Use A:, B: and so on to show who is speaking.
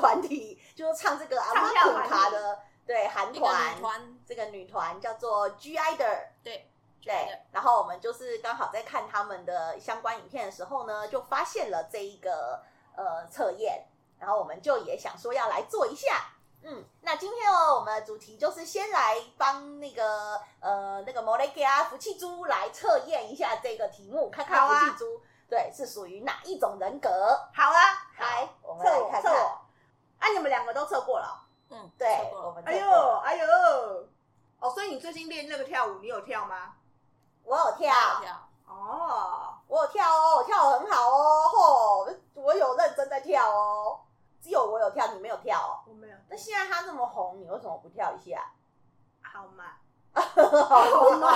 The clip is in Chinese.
A: 团体，就是唱这个阿
B: 唱
A: 妈
B: 跳
A: 古
B: 团体
A: 卡的对韩
B: 那个女
A: 团，
B: 团，
A: 这个女团叫做 G i d o r
B: 对
A: 对，然后我们就是刚好在看他们的相关影片的时候呢，就发现了这一个呃测验，然后我们就也想说要来做一下。嗯，那今天哦，我们的主题就是先来帮那个呃那个摩雷克啊福气猪来测验一下这个题目，看看
B: 好啊
A: 福气猪、对是属于哪一种人格。
C: 好啊，
A: 来，我们
C: 测
A: 来
C: 我
A: 看
C: 测
A: 看。
C: 我，啊，你们两个都测过了哦、
B: 嗯，
A: 对
B: 错，过
A: 我
B: 了
A: 们测
C: 哎呦
A: 过了
C: 哎呦，哦，所以你最近练那个跳舞，你有跳吗？
A: 我有跳，
B: 跳，
C: 哦，
A: 我有跳哦，我跳得很好哦，吼，我有认真在跳哦。只有我有跳，你没有跳哦。
C: 我没有，
A: 那现在他这么红，你为什么不跳一下？
C: 好嘛，
A: 好
C: 好嘛，哦
A: 啊
C: 哦